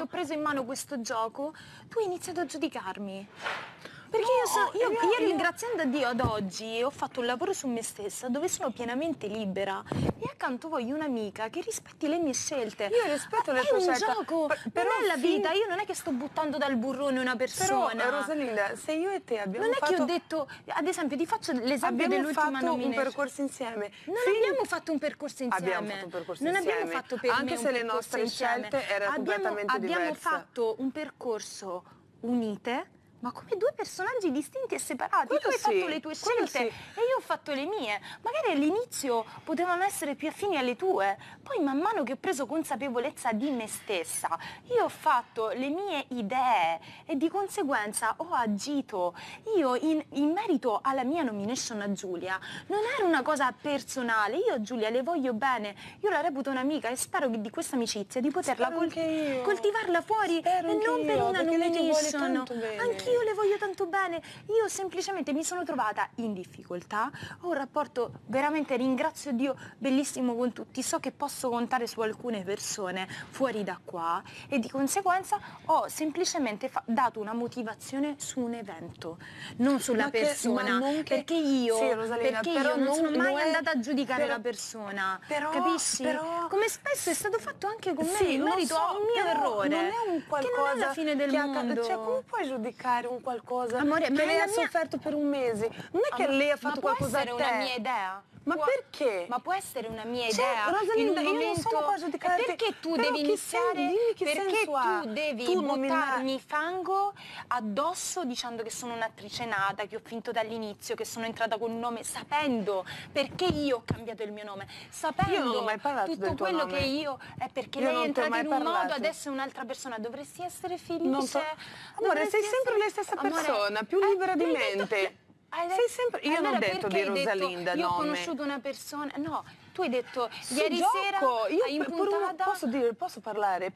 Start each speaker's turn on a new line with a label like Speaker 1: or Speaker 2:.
Speaker 1: ho preso in mano questo gioco, tu hai iniziato a giudicarmi. Perché io, so- io- ieri, ringraziando a Dio ad oggi, ho fatto un lavoro su me stessa dove sono pienamente libera e accanto voglio un'amica che rispetti le mie scelte.
Speaker 2: Io rispetto le
Speaker 1: è
Speaker 2: tue
Speaker 1: un
Speaker 2: scelte,
Speaker 1: gioco,
Speaker 2: per- però
Speaker 1: non è la
Speaker 2: fin-
Speaker 1: vita, io non è che sto buttando dal burrone una
Speaker 2: Però,
Speaker 1: persona.
Speaker 2: Rosalinda, se io e te abbiamo
Speaker 1: non è
Speaker 2: fatto...
Speaker 1: che ho detto, ad esempio, ti faccio l'esempio
Speaker 2: abbiamo
Speaker 1: dell'ultima
Speaker 2: fatto un
Speaker 1: nomination.
Speaker 2: percorso insieme.
Speaker 1: Non
Speaker 2: Fin-
Speaker 1: abbiamo fatto un percorso insieme.
Speaker 2: Abbiamo fatto un percorso
Speaker 1: non
Speaker 2: insieme.
Speaker 1: abbiamo fatto per
Speaker 2: Anche
Speaker 1: me un
Speaker 2: se le
Speaker 1: percorso
Speaker 2: nostre
Speaker 1: insieme.
Speaker 2: scelte erano
Speaker 1: abbiamo,
Speaker 2: completamente
Speaker 1: Abbiamo
Speaker 2: diverse.
Speaker 1: fatto un percorso unite, ma come due personaggi distinti e separati. tu
Speaker 2: Quello
Speaker 1: hai
Speaker 2: sì,
Speaker 1: fatto le tue
Speaker 2: quello
Speaker 1: scelte
Speaker 2: sì.
Speaker 1: e io ho fatto le mie. Magari all'inizio potevano essere più affini alle tue, poi man mano che ho preso consapevolezza di me stessa, io ho fatto le mie idee e di conseguenza ho agito. Io in, in merito alla mia nomination a Giulia, non era una cosa personale, io a Giulia le voglio bene, io la reputo un'amica e spero che di questa amicizia di poterla
Speaker 2: Spero anche io.
Speaker 1: coltivarla fuori
Speaker 2: Spero
Speaker 1: e
Speaker 2: anche
Speaker 1: non per
Speaker 2: io,
Speaker 1: una
Speaker 2: perché lei ti vuole
Speaker 1: nomination.
Speaker 2: tanto bene.
Speaker 1: Anch'io le voglio tanto bene. Io semplicemente mi sono trovata in difficoltà. Ho un rapporto veramente, ringrazio Dio, bellissimo con tutti. So che posso contare su alcune persone fuori da qua e di conseguenza ho semplicemente fa- dato una motivazione su un evento, non sulla
Speaker 2: Ma che-
Speaker 1: persona.
Speaker 2: ma non che-
Speaker 1: perché io,
Speaker 2: Sì, Rosalina,
Speaker 1: perché
Speaker 2: però
Speaker 1: io non,
Speaker 2: non-
Speaker 1: sono mai
Speaker 2: non è-
Speaker 1: andata a giudicare
Speaker 2: però-
Speaker 1: la persona.
Speaker 2: però-
Speaker 1: capisci?
Speaker 2: però-
Speaker 1: Come spesso è stato fatto anche con me
Speaker 2: Sì,
Speaker 1: in
Speaker 2: lo
Speaker 1: merito
Speaker 2: so,
Speaker 1: a un mio
Speaker 2: però
Speaker 1: errore.
Speaker 2: Non è un qualcosa
Speaker 1: che non è la fine del
Speaker 2: che acca-
Speaker 1: mondo.
Speaker 2: Cioè, come puoi giudicare un qualcosa
Speaker 1: Amore, ma
Speaker 2: che
Speaker 1: è
Speaker 2: lei
Speaker 1: la
Speaker 2: ha
Speaker 1: mia-
Speaker 2: sofferto per un mese? Non è che
Speaker 1: Ma-
Speaker 2: lei ha
Speaker 1: ma
Speaker 2: fatto
Speaker 1: può
Speaker 2: qualcosa a te.
Speaker 1: essere una mia idea.
Speaker 2: Ma
Speaker 1: Può-
Speaker 2: perché?
Speaker 1: Ma può essere una mia
Speaker 2: Cioè,
Speaker 1: idea.
Speaker 2: Rosalinda,
Speaker 1: in
Speaker 2: io
Speaker 1: un
Speaker 2: non
Speaker 1: momento...
Speaker 2: sono qua a giudicarti,
Speaker 1: E Perché tu
Speaker 2: però
Speaker 1: devi
Speaker 2: che sen-
Speaker 1: iniziare?
Speaker 2: dimmi che
Speaker 1: perché
Speaker 2: senso ha?
Speaker 1: tu devi
Speaker 2: Tu non mi-
Speaker 1: buttarmi fango addosso dicendo che sono un'attrice nata, che ho finto dall'inizio, che sono entrata con un nome sapendo perché io ho cambiato il mio nome, sapendo
Speaker 2: Io non ho mai parlato
Speaker 1: tutto
Speaker 2: del tuo
Speaker 1: quello
Speaker 2: nome.
Speaker 1: che io è perché
Speaker 2: Io
Speaker 1: lei
Speaker 2: non
Speaker 1: è
Speaker 2: ti ho
Speaker 1: entrata
Speaker 2: mai
Speaker 1: in un modo,
Speaker 2: parlato.
Speaker 1: adesso è un'altra persona, dovresti essere felice.
Speaker 2: Non so- Amore,
Speaker 1: dovresti
Speaker 2: sei sempre
Speaker 1: essere-
Speaker 2: la stessa
Speaker 1: Amore,
Speaker 2: persona, più
Speaker 1: eh,
Speaker 2: libera di
Speaker 1: l'hai detto-
Speaker 2: mente.
Speaker 1: hai
Speaker 2: Sei sempre- io non ho
Speaker 1: perché
Speaker 2: detto di
Speaker 1: hai
Speaker 2: Rosalinda,
Speaker 1: Io ho
Speaker 2: nome.
Speaker 1: conosciuto una persona. No, tu hai detto
Speaker 2: Su
Speaker 1: ieri
Speaker 2: gioco,
Speaker 1: sera
Speaker 2: io
Speaker 1: hai
Speaker 2: per- per una-
Speaker 1: impuntata.
Speaker 2: posso dire, posso parlare,